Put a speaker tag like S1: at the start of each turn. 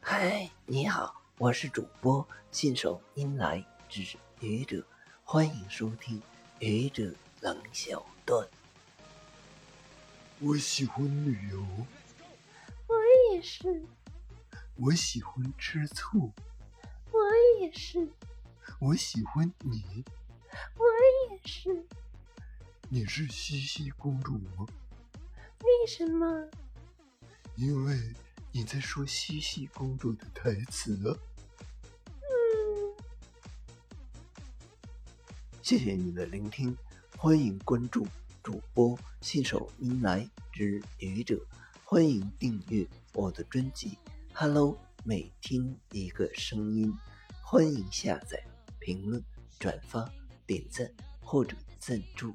S1: 嗨，你好，我是主播信手拈来之愚者，欢迎收听《愚者冷小段》。
S2: 我喜欢旅游，
S3: 我也是，
S2: 我喜欢吃醋，
S3: 我也是，
S2: 我喜欢你。
S3: 我也是。
S2: 你是西西公主吗？
S3: 为什么？
S2: 因为你在说西西公主的台词啊。
S3: 嗯，
S1: 谢谢你的聆听，欢迎关注主播信手拈来之愚者，欢迎订阅我的专辑《Hello》，每天一个声音，欢迎下载、评论、转发、点赞或者赞助